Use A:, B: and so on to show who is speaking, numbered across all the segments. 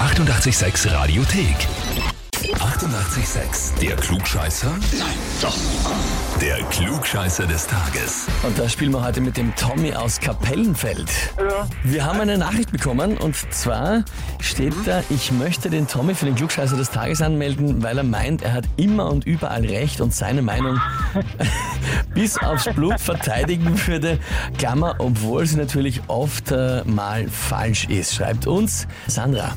A: 886 Radiothek. 88,6. Der Klugscheißer? Nein, doch. Der Klugscheißer des Tages.
B: Und da spielen wir heute mit dem Tommy aus Kapellenfeld.
C: Ja.
B: Wir haben eine Nachricht bekommen und zwar steht da, ich möchte den Tommy für den Klugscheißer des Tages anmelden, weil er meint, er hat immer und überall recht und seine Meinung bis aufs Blut verteidigen würde. Klammer, obwohl sie natürlich oft äh, mal falsch ist, schreibt uns Sandra.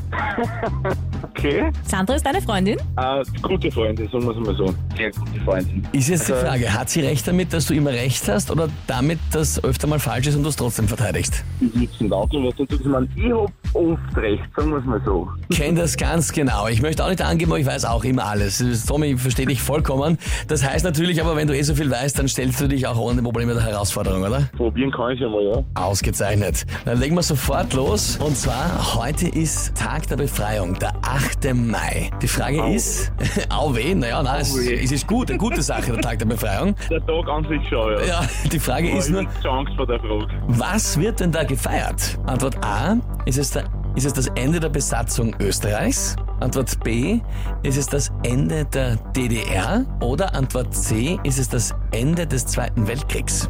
C: Okay.
D: Sandra ist deine Freundin?
C: Äh, gute Freunde, sagen wir es mal so. Sehr gute Freundin.
B: Ist jetzt die
C: Also-
B: Frage, hat sie recht damit, dass du immer recht hast oder damit, dass öfter mal falsch ist und du es trotzdem verteidigst?
C: Ich nütze ein Auto, was dazu gesagt Ich hab oft recht, sagen wir es mal so.
B: Kenn das ganz genau. Ich möchte auch nicht angeben, aber ich weiß auch immer alles. Tommy, ich verstehe dich vollkommen. Das heißt natürlich aber, wenn du eh so viel weißt, dann stellst du dich auch ohne Probleme der Herausforderung, oder?
C: Probieren kann ich einmal, ja.
B: Ausgezeichnet. Dann legen wir sofort los. Und zwar, heute ist Tag der Befreiung, der 8. Mai. Die Frage ist, au weh, naja, nein, es,
C: weh.
B: es ist gut, eine gute Sache, der Tag der Befreiung.
C: Der Tag an sich schon, ja.
B: Ja, die Frage
C: Aber
B: ist
C: ich
B: nur,
C: hab schon Angst vor der Frage.
B: Was wird denn da gefeiert? Antwort A, ist es, der, ist es das Ende der Besatzung Österreichs? Antwort B, ist es das Ende der DDR? Oder Antwort C, ist es das Ende des Zweiten Weltkriegs?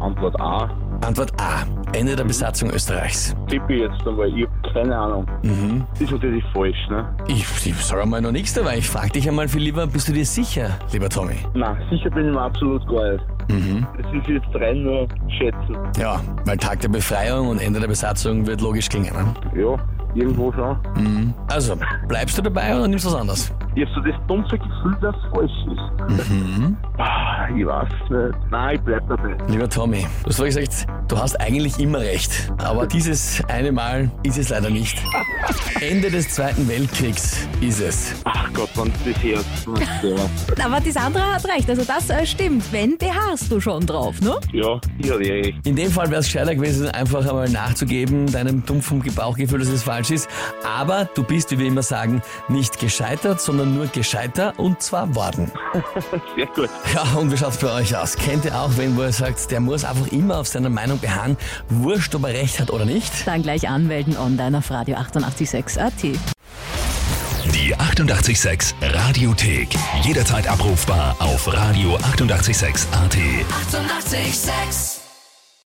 C: Antwort A.
B: Antwort A, Ende der Besatzung Österreichs.
C: Tippe ich jetzt einmal, ich hab keine Ahnung.
B: Mhm.
C: Ist natürlich falsch, ne?
B: Ich, ich sage mal noch nichts dabei. Ich frage dich einmal viel lieber, bist du dir sicher, lieber Tommy?
C: Nein, sicher bin ich mir absolut gar nicht.
B: Mhm.
C: Das ist jetzt rein nur Schätzen.
B: Ja, weil Tag der Befreiung und Ende der Besatzung wird logisch klingen. Ne?
C: Ja, irgendwo schon.
B: Also, bleibst du dabei oder nimmst du was anderes?
C: Ich hab so das dumpfe Gefühl, dass es falsch ist.
B: Mhm.
C: Ah, Ich weiß nicht. Nein, ich bleib dabei.
B: Lieber Tommy, du hast vorher gesagt, du hast eigentlich immer recht. Aber dieses eine Mal ist es leider nicht. Ende des Zweiten Weltkriegs ist es.
C: Ach Gott, wann das Herz.
D: Aber die Sandra hat recht, also das äh, stimmt. Wenn, beharrst du schon drauf, ne?
C: Ja, ich hatte eh recht.
B: In dem Fall wäre es gescheiter gewesen, einfach einmal nachzugeben, deinem dumpfen Bauchgefühl, dass es falsch ist. Aber du bist, wie wir immer sagen, nicht gescheitert, sondern nur gescheiter und zwar worden.
C: Sehr gut.
B: Ja, und wie schaut's bei euch aus? Kennt ihr auch, wenn wo ihr sagt, der muss einfach immer auf seiner Meinung beharren, wurscht, ob er recht hat oder nicht?
D: Dann gleich anmelden online auf Radio 886 AT.
A: Die 88,6 Radiothek. Jederzeit abrufbar auf radio886.at. 88,6.
E: Eighty-eight, sex.